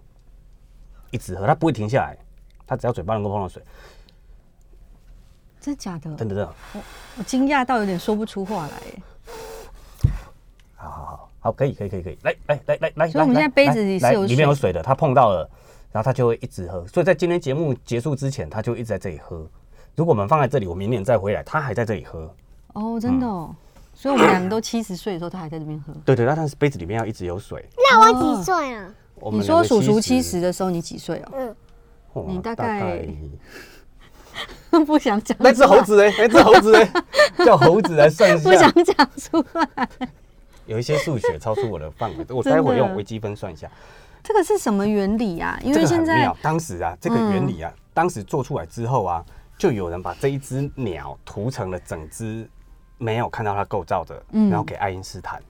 S6: 一直喝，它不会停下来。它只要嘴巴能够碰到水，
S4: 真的假的？
S6: 等等等，
S4: 我惊讶到有点说不出话来耶，
S6: 好好好，好，可以可以可以可以，来来来来来，
S4: 所以我们
S6: 来
S4: 现在杯子里
S6: 来
S4: 是有
S6: 来里
S4: 水
S6: 面有水的，它碰到了，然后它就会一直喝，所以在今天节目结束之前，它就一直在这里喝。如果我们放在这里，我明年再回来，它还在这里喝。
S4: 哦，真
S6: 嗯
S4: 的哦，所以我们两个都七十岁的时候，他还在这边喝。
S6: 对对，那但是杯子里面要一直有水。
S3: 那我几岁啊了？
S6: 我
S4: 你
S6: 们
S4: 说
S6: 两个
S4: 叔叔七十，的时候，你几岁啊
S3: 嗯，
S6: 哇
S4: 你大概
S6: 概
S4: 哦？ 不想讲出来，
S6: 那只猴子哎，那只猴子哎， 叫猴子来算一
S4: 不想
S6: 下。
S4: 讲出来。
S6: 有一些数学超出我的范围，我
S4: 真的
S6: 待会用微积分算一下。
S4: 这个是什么原理啊？因
S6: 这
S4: 为
S6: 个很
S4: 现在嗯
S6: 妙，当时啊，这个原理啊，当时做出来之后啊，就有人把这一只鸟涂成了整只没有看到它构造的，
S4: 嗯
S6: 然后给爱因斯坦。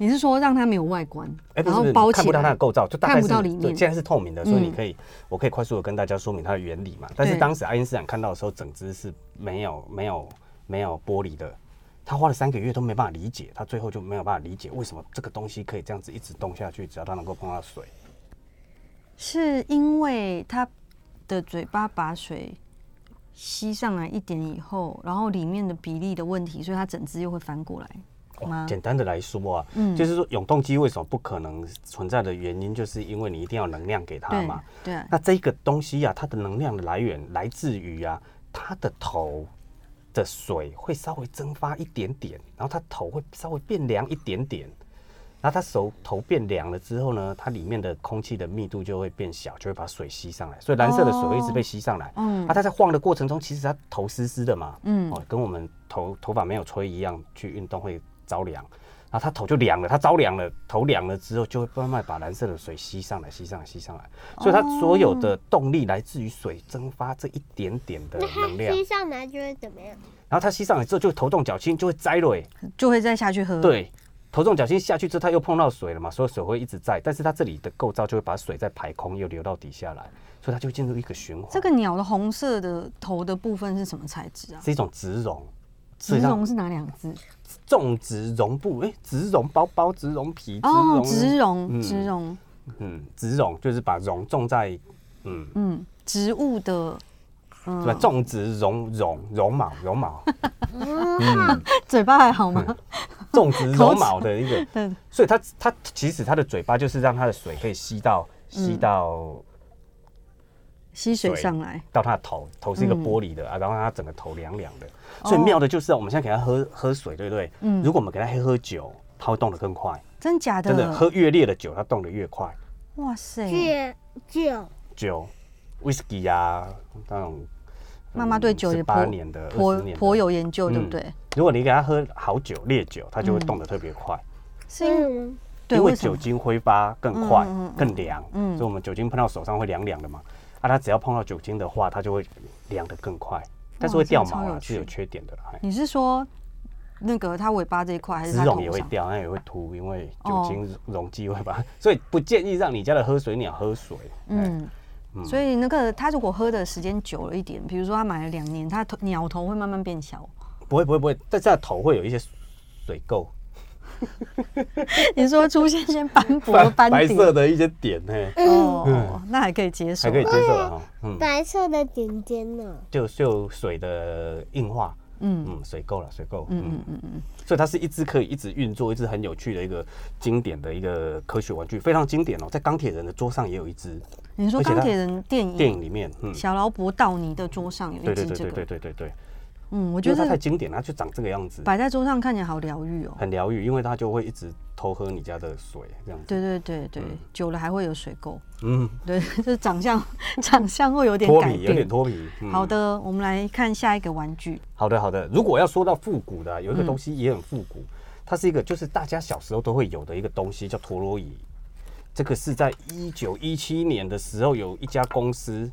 S4: 你是说让它没有外观，
S6: 哎、不
S4: 然
S6: 是不
S4: 后
S6: 是，
S4: 包
S6: 看
S4: 起
S6: 不到它的
S4: 来？
S6: 构造，就大概
S4: 看
S6: 是
S4: 不到里面
S6: 对现在是透明的，所以你
S4: 嗯
S6: 可以，我可以快速的跟大家说明它的原理嘛。但是
S4: 对
S6: 当时爱因斯坦看到的时候，整只是没有没有没有玻璃的，他花了三个月都没办法理解，他最后就没有办法理解为什么这个东西可以这样子一直动下去，只要它能够碰到水。
S4: 是因为它的嘴巴把水吸上来一点以后，然后里面的比例的问题，所以它整只又会翻过来吗？
S6: 简单的来说啊，
S4: 嗯
S6: 就是说永动机为什么不可能存在的原因，就是因为你一定要能量给它
S4: 对
S6: 啊嘛。
S4: 对，
S6: 那这个东西啊，它的能量的来源来自于啊，它的头的水会稍微蒸发一点点，然后它头会稍微变凉一点点，然后它手头变凉了之后呢，它里面的空气的密度就会变小，就会把水吸上来，所以蓝色的水会一直被吸上来。
S4: 嗯
S6: 啊，它在晃的过程中，其实它头湿湿的嘛，
S4: 嗯
S6: 哦，跟我们头头发没有吹一样，去运动会着凉，然后它头就凉了，它着凉了，头凉了之后就会慢慢把蓝色的水吸上来，吸上来，吸上来，所以它
S4: 哦
S6: 所有的动力来自于水蒸发这一点点的
S3: 那它
S6: 哦能量，
S3: 吸上来就会怎么样？
S6: 然后它吸上来之后就头重脚轻，就会栽了、欸，
S4: 就会再下去喝。，
S6: 对。头重脚轻下去之后，它又碰到水了嘛，所以水会一直在，但是它这里的构造就会把水再排空，又流到底下来，所以它就进入一个循环。
S4: 这个鸟的红色的头的部分是什么材质啊？
S6: 是一种植绒，
S4: 植
S6: 是
S4: 绒是哪两只？
S6: 种植绒布，哎、植绒包包、植绒皮、植绒，
S4: 哦，植绒，
S6: 嗯
S4: 植绒，
S6: 嗯，植绒就是把绒种在，嗯，
S4: 嗯，植物的，嗯
S6: 对吧？种植绒绒绒毛 绒毛，
S4: 嘴巴还好吗？
S6: 种植绒毛的一个，
S4: 对，
S6: 所以它它其实它的嘴巴就是让它的水可以吸到
S4: 嗯
S6: 吸到
S4: 吸水
S6: 水
S4: 上来，
S6: 到它的头，头是一个
S4: 嗯哦
S6: 玻璃的、啊，然后让它整个头凉凉的。所以妙的就是啊、我们现在给它喝喝水，对不对？
S4: 嗯
S6: 如果我们给它喝酒，它会动得更快，
S4: 真假
S6: 真的，
S4: 的？
S6: 喝越烈的酒，它动得越快。
S4: 哇塞！
S3: 戒酒，
S6: 酒、whisky 啊那种。嗯
S4: 妈妈对酒也颇
S6: 八年的、
S4: 颇
S6: 20年的
S4: 颇有研究，对不
S6: 嗯
S4: 对？
S6: 如果你给它喝好酒、烈酒，它就会动得特别快，
S4: 是因为
S3: 嗯，
S4: 对
S6: 因为
S4: 什么
S6: 酒精挥发更快、
S4: 嗯嗯嗯嗯
S6: 更凉，
S4: 嗯
S6: 所以我们酒精碰到手上会凉凉的嘛。啊，它只要碰到酒精的话，它就会凉得更快，但是会掉毛
S4: 这个超
S6: 啊
S4: 有，趣
S6: 是有缺点的啦。哎
S4: 你是说那个它尾巴这一块，还是
S6: 丝
S4: 它
S6: 绒
S4: 头
S6: 也会
S4: 上？
S6: 掉，它也会秃，因为
S4: 哦
S6: 酒精溶剂会把， 所以不建议让你家的喝水鸟喝水。嗯，
S4: 嗯，所以那个它如果喝的时间久了一点，比如说它买了两年，它头鸟头会慢慢变小。
S6: 不会不会不会，但是它的头会有一些水垢，
S4: 你说出现一些斑驳 的斑
S6: 白
S4: 点
S6: 色的一些点，哎嘿，
S4: 哦，那还可以接受
S6: 还可，以接受了哈。嗯，
S3: 嗯白色的点点呢？
S6: 就就水的硬化，
S4: 嗯
S6: 嗯，水垢了，水垢，
S4: 嗯嗯
S6: 嗯，
S4: 嗯嗯，
S6: 所以它是一只可以一直运作，一只很有趣的一个经典的一个科学玩具，非常经典哦，在钢铁人的桌上也有一只，
S4: 你说
S6: 而且它
S4: 钢铁人电影
S6: 电影里面，嗯，
S4: 小劳勃道尼的桌上有
S6: 对
S4: 一
S6: 对
S4: 只这
S6: 对对对
S4: 个，
S6: 对对对，
S4: 嗯，我
S6: 我
S4: 觉
S6: 它太
S4: 得
S6: 经典，它就长这个样子，
S4: 摆在桌上看起来好疗愈哦。
S6: 很疗愈，因为它就会一直偷喝你家的水这样子，
S4: 对对对对
S6: 嗯，
S4: 久了还会有水垢，
S6: 嗯，
S4: 对， 就是长相长相会有点
S6: 脱
S4: 改
S6: 皮有点
S4: 变。
S6: 脱皮，嗯
S4: 好，的，我们来看下一个玩具，
S6: 好的好的。如果要说到复古的啊，有一个
S4: 嗯
S6: 东西也很复古，它是一个就是大家小时候都会有的一个东西，叫陀螺仪。这个是在一九一七年的时候，有一家公司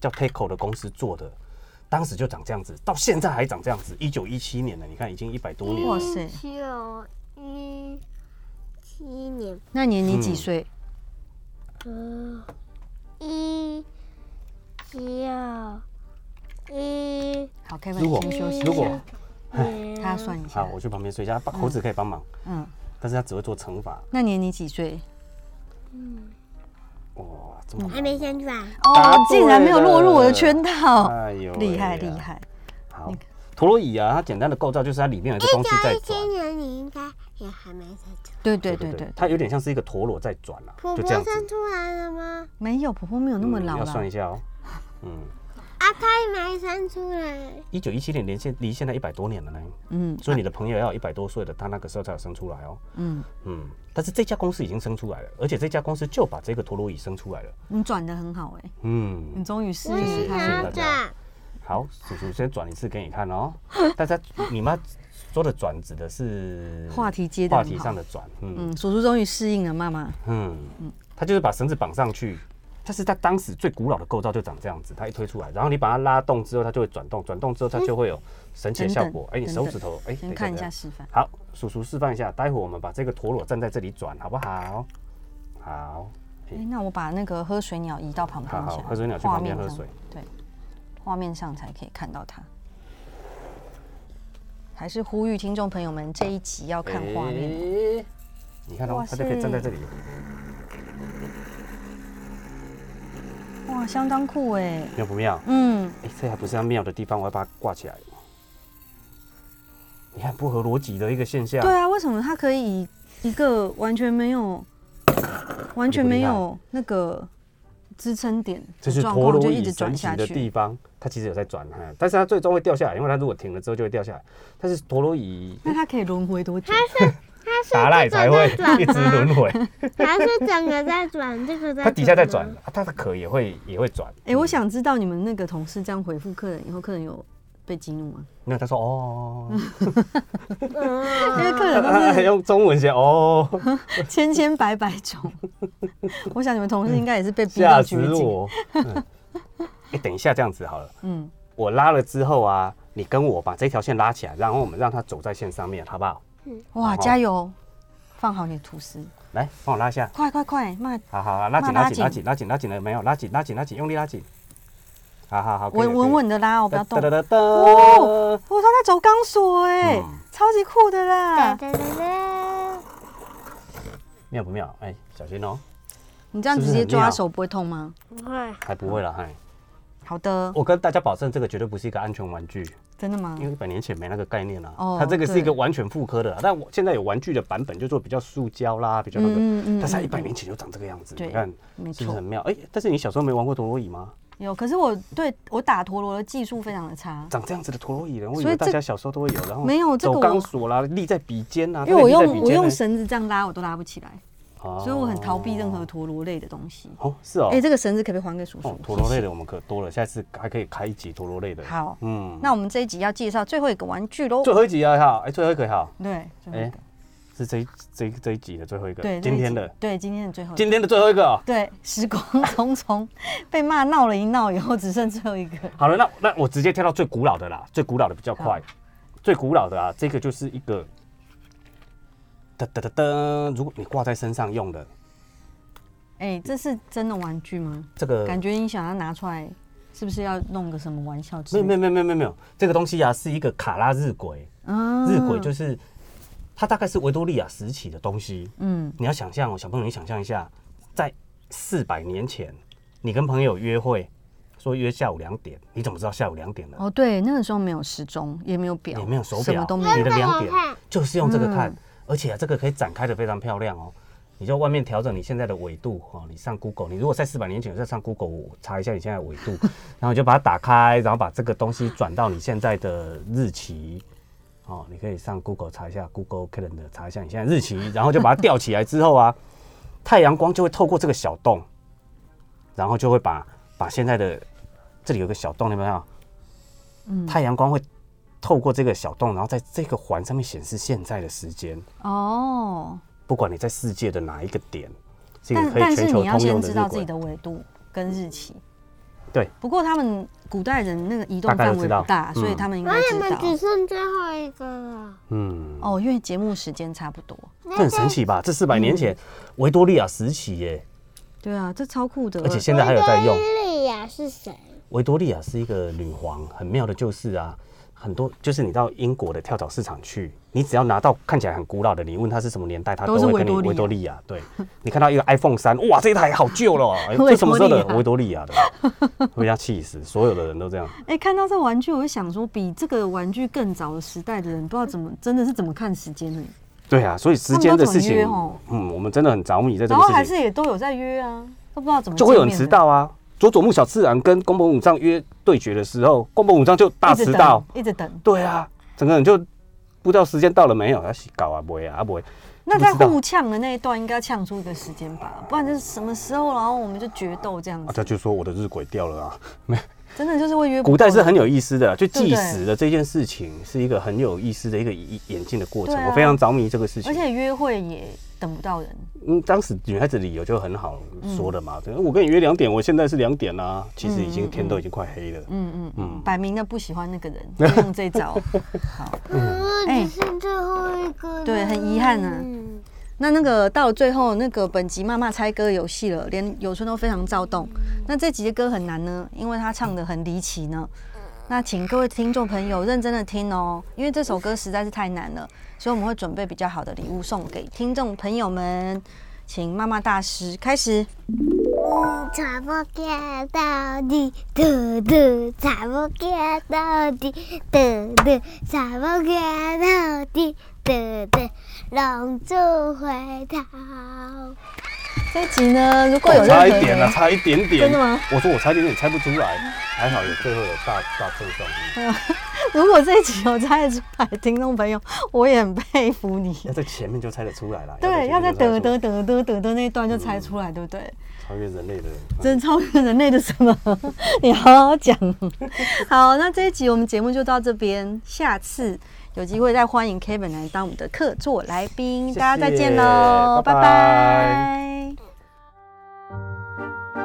S6: 叫 Teco 的公司做的，当时就长这样子，到现在还长这样子。一九一七年了，你看已经一百多年
S4: 哇
S6: 了。
S4: 塞
S3: 九一七年，
S4: 那年你几
S6: 嗯
S4: 岁？
S3: 嗯，一九一
S4: 好
S6: 如
S4: ，Kevin
S6: 果
S4: 先休息一下，
S6: 如果
S3: 年，
S4: 哎他算一下
S6: 好，，我去旁边睡一下，猴子可以帮忙，
S4: 嗯，
S6: 但是他只会做乘法。
S4: 那年你几岁？
S6: 哇，这么
S3: 嗯还没想出来。
S6: 答
S4: 哦，
S6: 对
S4: 竟然没有落入我的圈套，
S6: 哎呦喂呀
S4: 厉害厉害！
S6: 好，陀螺仪啊，它简单的构造就是它里面有一个东西在
S3: 一
S6: 转。
S3: 千年你应该也还没想出来。
S4: 对对对对，
S6: 它有点像是一个陀螺在转啊，
S3: 婆
S6: 就
S3: 婆
S6: 这样
S3: 生
S6: 子。
S3: 出来了吗？
S4: 没有婆婆没有那么
S6: 嗯
S4: 老啊
S6: 要算一
S4: 了，
S6: 下哦。嗯，
S3: 啊，她也没生出来。
S6: 一九一七年离现离现在一百多年了呢，
S4: 嗯
S6: 所以你的朋友要一百多岁的，他那个时候才有生出来哦。
S4: 嗯，
S6: 嗯，但是这家公司已经生出来了，而且这家公司就把这个陀螺仪生出来了。
S4: 你转的很好哎，你
S6: 嗯，
S4: 终于适
S3: 我也想
S4: 应它了。
S3: 要转，
S6: 好，叔叔先转一次给你 看哦。大家，你们说的转指的是
S4: 话题接得
S6: 话
S4: 很好
S6: 题上的转，嗯
S4: 嗯，叔叔终于适应了妈妈，
S6: 嗯，它就是把绳子绑上去，但是它当时最古老的构造就长这样子，它一推出来，然后你把它拉动之后，它就会转动，转动之后它就会有神奇的效果。哎、
S4: 等等
S6: 你手指头，哎、等
S4: 先看一下
S6: 等
S4: 示范。
S6: 好，叔叔示范一下，待会我们把这个陀螺站在这里转，好不好？好，
S4: 哎，那我把那个喝水鸟移到旁边
S6: 好
S4: 去啊
S6: 好，，喝水鸟去
S4: 画
S6: 旁边
S4: 面
S6: 喝
S4: 上
S6: 水。
S4: 对，画面上才可以看到它。还是呼吁听众朋友们这一集要看画面。
S6: 诶哎你看哦
S4: 哇，
S6: 他就可以站在这里。
S4: 哇，相当酷哎。
S6: 妙不妙？
S4: 嗯，
S6: 哎、这还不是它妙的地方，我要把它挂起来。你看不合逻辑的一个现象。
S4: 对啊，为什么它可以以一个完全没有、完全没有那个支撑点
S6: 这
S4: 的
S6: 是
S4: 状
S6: 陀
S4: 况，
S6: 螺
S4: 就一
S6: 仪
S4: 直
S6: 神
S4: 转
S6: 奇
S4: 下
S6: 的
S4: 去？
S6: 地方，它其实有在转，哈，但是它最终会掉下来，因为它如果停了之后就会掉下来。但是陀螺仪
S4: 那它可以轮回多久？
S3: 它是
S6: 打赖
S3: 这
S6: 才
S3: 个
S6: 会
S3: 在转 啊
S6: 一直
S3: 吗？
S6: 轮回，
S3: 它是整个在转，这个在
S6: 它底下在转
S3: 吗，
S6: 啊它的壳也会也会转。
S4: 哎、我想知道你们那个同事这样回复客人以后，客人有被激怒吗？
S6: 嗯那他 说哦，
S4: 因
S3: 啊嗯
S4: 为客人都
S6: 还
S4: 是
S6: 用中文写哦，
S4: 千千百百种， 我想你们同事应该也是被逼到
S6: 吓
S4: 绝
S6: 死
S4: 境。
S6: 我。嗯哎，等一下，这样子好了，
S4: 嗯，
S6: 我拉了之后啊，你跟我把这条线拉起来，然后我们让它走在线上面，好不好？
S4: 哇，
S6: 然后
S4: 加油！放好你的吐司，
S6: 来，帮我拉一下。
S4: 快快快！慢，
S6: 好好，好拉紧
S4: 慢
S6: 拉
S4: 拉
S6: 紧拉
S4: 紧
S6: 紧拉紧拉紧了没有？拉紧拉紧拉紧，用力拉紧。好好好，可以了
S4: 稳稳。稳的拉哦，
S6: 可以
S4: 不要动。
S6: 了哒哒哒
S4: 哦
S6: 哒。
S4: 哇，他在走钢索哎
S6: 嗯，
S4: 超级酷的啦
S3: 哒！哒哒哒，
S6: 妙不妙？哎，小心哦，
S4: 你这样
S6: 是
S4: 直
S6: 不是
S4: 接
S6: 很妙
S4: 抓手不会痛吗？
S3: 不会，
S6: 还不会了，嗨。
S4: 好的，
S6: 我跟大家保证，这个绝对不是一个安全玩具，
S4: 真的吗
S6: 因？为一百年前没那个概念啊。
S4: 哦
S6: 它这个是一个
S4: 对
S6: 完全复刻的啊，但我现在有玩具的版本，就做比较塑胶啦，比较那个。
S4: 嗯嗯
S6: 但是它一百年前就长这个样子，
S4: 对
S6: 你看
S4: 没
S6: 是不是
S4: 错
S6: 很，妙？哎，但是你小时候没玩过陀螺仪吗？
S4: 有。可是我对我打陀螺的技术非常的差，
S6: 长这样子的陀螺仪了，我以
S4: 所
S6: 为
S4: 以
S6: 大
S4: 这
S6: 家小时候都会有，然后
S4: 没有这
S6: 走
S4: 个
S6: 钢
S4: 我
S6: 索啦，立在笔尖啊，
S4: 因为我
S6: 它会立
S4: 用
S6: 在笔
S4: 我
S6: 尖
S4: 用
S6: 呢，
S4: 绳子这样拉我都拉不起来，
S6: 所
S4: 所以我很逃避任何陀螺类的东西。
S6: 哦，是哦，
S4: 哎，这个绳子可不可以还给叔叔
S6: 哦，？陀螺
S4: 谢
S6: 类
S4: 谢。
S6: 的我们可多了，下次还可以开一集陀螺类的。，
S4: 好，
S6: 嗯，
S4: 那我们这一集要介绍最后一个玩具喽。
S6: 最后一集要好，哎，最后一个好，
S4: 对，最后一个，
S6: 是这一这一这一集的最后一个，
S4: 对，
S6: 今天的，
S4: 对，今天的最后一个。
S6: 今天的最后一个哦。
S4: 对，时光匆匆，被骂闹了一闹以后，只剩最后一个。
S6: 好了，那那我直接跳到最古老的啦，最古老的比较快，最古老的啊，这个就是一个，噔噔噔噔，如果你挂在身上用的
S4: 哎，这是真的玩具吗？
S6: 这个，
S4: 感觉你想要拿出来，是不是要弄个什么玩笑之类
S6: 没
S4: 的？
S6: 有没有没有没有没有没有，这个东西啊是一个卡拉日晷，
S4: 啊
S6: 日晷就是它大概是维多利亚时期的东西，
S4: 嗯，
S6: 你要想象哦，小朋友，你想象一下，在四百年前，你跟朋友约会，说约下午两点，你怎么知道下午两点呢？
S4: 哦，对，那个时候没有时钟，也没有表，
S6: 也没有手
S4: 什
S6: 表
S4: 么都没，
S6: 你
S4: 有。
S6: 的两
S3: 那
S6: 点
S3: 怎么看
S6: 就是用这个看，而且、啊、这个可以展开的非常漂亮哦。你就外面调整你现在的纬度哦，你上 Google，你如果在四百年前有在上 Google，我查一下你现在的纬度，然后你就把它打开，然后把这个东西转到你现在的日期。哦，你可以上 Google 查一下 Google Calendar 查一下你现在日期，然后就把它吊起来之后啊，太阳光就会透过这个小洞，然后就会把把现在的这里有个小洞，你有没有？
S4: 嗯
S6: 太阳光会透过这个小洞，然后在这个环上面显示现在的时间。
S4: 哦，
S6: 不管你在世界的哪一个点，是一个
S4: 但
S6: 可以
S4: 但
S6: 全
S4: 是
S6: 球
S4: 你要
S6: 通用
S4: 先
S6: 的日
S4: 知道自己
S6: 晷。
S4: 的纬度跟日期。
S6: 对，
S4: 不过他们古代人那个移动
S6: 大概
S4: 范
S6: 都
S4: 围
S6: 知道
S4: 不大，所以
S6: 嗯
S4: 他们应该
S3: 那你
S4: 知
S3: 们只
S4: 道。
S3: 剩最后一个了，
S6: 嗯，
S4: 哦，因为节目时间差不多。
S6: 这很神奇吧？这四百
S4: 嗯
S6: 年前维多利亚时期耶，
S4: 对啊，这超酷的。
S6: 而且现在还有在用。
S3: 莉亚是谁？
S6: 维多利亚是一个女皇，很妙的就是啊，很多就是你到英国的跳蚤市场去，你只要拿到看起来很古老的，你问她是什么年代，她
S4: 都是
S6: 会跟
S4: 维多利亚
S6: 你维多利亚。对，你看到一个 iPhone 三，哇，这一台好旧了哦， 哎这什么时候的？维
S4: 维
S6: 多利亚的，会 被她气死，所有的人都这样。
S4: 哎、看到这玩具，我就想说，比这个玩具更早的时代的人，不知道怎么，真的是怎么看时间呢、
S6: 对啊，所以时
S4: 他们
S6: 间的
S4: 都怎
S6: 事
S4: 么
S6: 情
S4: 约哦，
S6: 嗯，我们真的很着迷在这
S4: 然后
S6: 个事情
S4: 还。是也都有在约啊，都不知道怎么
S6: 就会有
S4: 见面
S6: 人迟
S4: 的
S6: 到啊。佐佐木小次郎跟宫本武藏约对决的时候，宫本武藏就大
S4: 一直
S6: 迟
S4: 等
S6: 到。
S4: 一直等。
S6: 对啊，整个人就不知道时间到了没有，要洗搞啊，不会啊，啊不会。
S4: 那
S6: 不
S4: 在
S6: 知道
S4: 互呛的那一段，应该呛出一个时间吧，不然就是什么时候，然后我们就决斗这样
S6: 啊，
S4: 子，
S6: 他就说我的日晷掉了啊。
S4: 真的就是会约不到的。
S6: 古代是很有意思的，就计
S4: 对
S6: 时的这件事情是一个很有意思的一个演演进的过程，
S4: 对啊
S6: 我非常着迷这个事情。
S4: 而且约会也等不到人，
S6: 嗯，当时女孩子理由就很好说的嘛，我跟你约两点，我现在是两点啦、啊其实已经天都已经快黑了。
S4: 嗯嗯
S6: 嗯
S4: 嗯，摆明的不喜欢那个 人，就用这一招。好，
S3: 嗯，
S4: 哎
S3: 只剩最后一个了，
S4: 对很遗憾啊
S3: 嗯
S4: 那那个到了最后，那个本集妈妈猜歌游戏了，连友春都非常躁动。那这集的歌很难呢，因为她唱的很离奇呢。那那请各位听众朋友认真的听哦，因为这首歌实在是太难了，所以我们会准备比较好的礼物送给听众朋友们。请妈妈大师开始。
S3: 踩不看到底，嘟嘟，踩不看到底，嘟嘟，踩不看到底，嘟嘟，龙珠回头。
S4: 这一集呢，如果有
S6: 我
S4: 任何
S6: 差一
S4: 人
S6: 点了，啊差一点点。
S4: 真的吗？
S6: 我说我差一点点猜不出来，还好有最后有大大赠送。
S4: 如果这一集有猜得出来，听众朋友，我也很佩服你。
S6: 要在前面就猜得出来了。
S4: 对，要在
S6: 前
S4: 得
S6: 面
S4: 得
S6: 就猜得出
S4: 得得得得那一段就猜出来，对不对？
S6: 超越人类的。
S4: 真超越人类的什么？ 你好好讲。好，那这一集我们节目就到这边，下次有机会再欢迎 Kevin 来当我们的客座来宾，
S6: 谢
S4: 大家再见
S6: 谢
S4: 喽，
S6: 拜
S4: 拜
S6: 拜
S4: 拜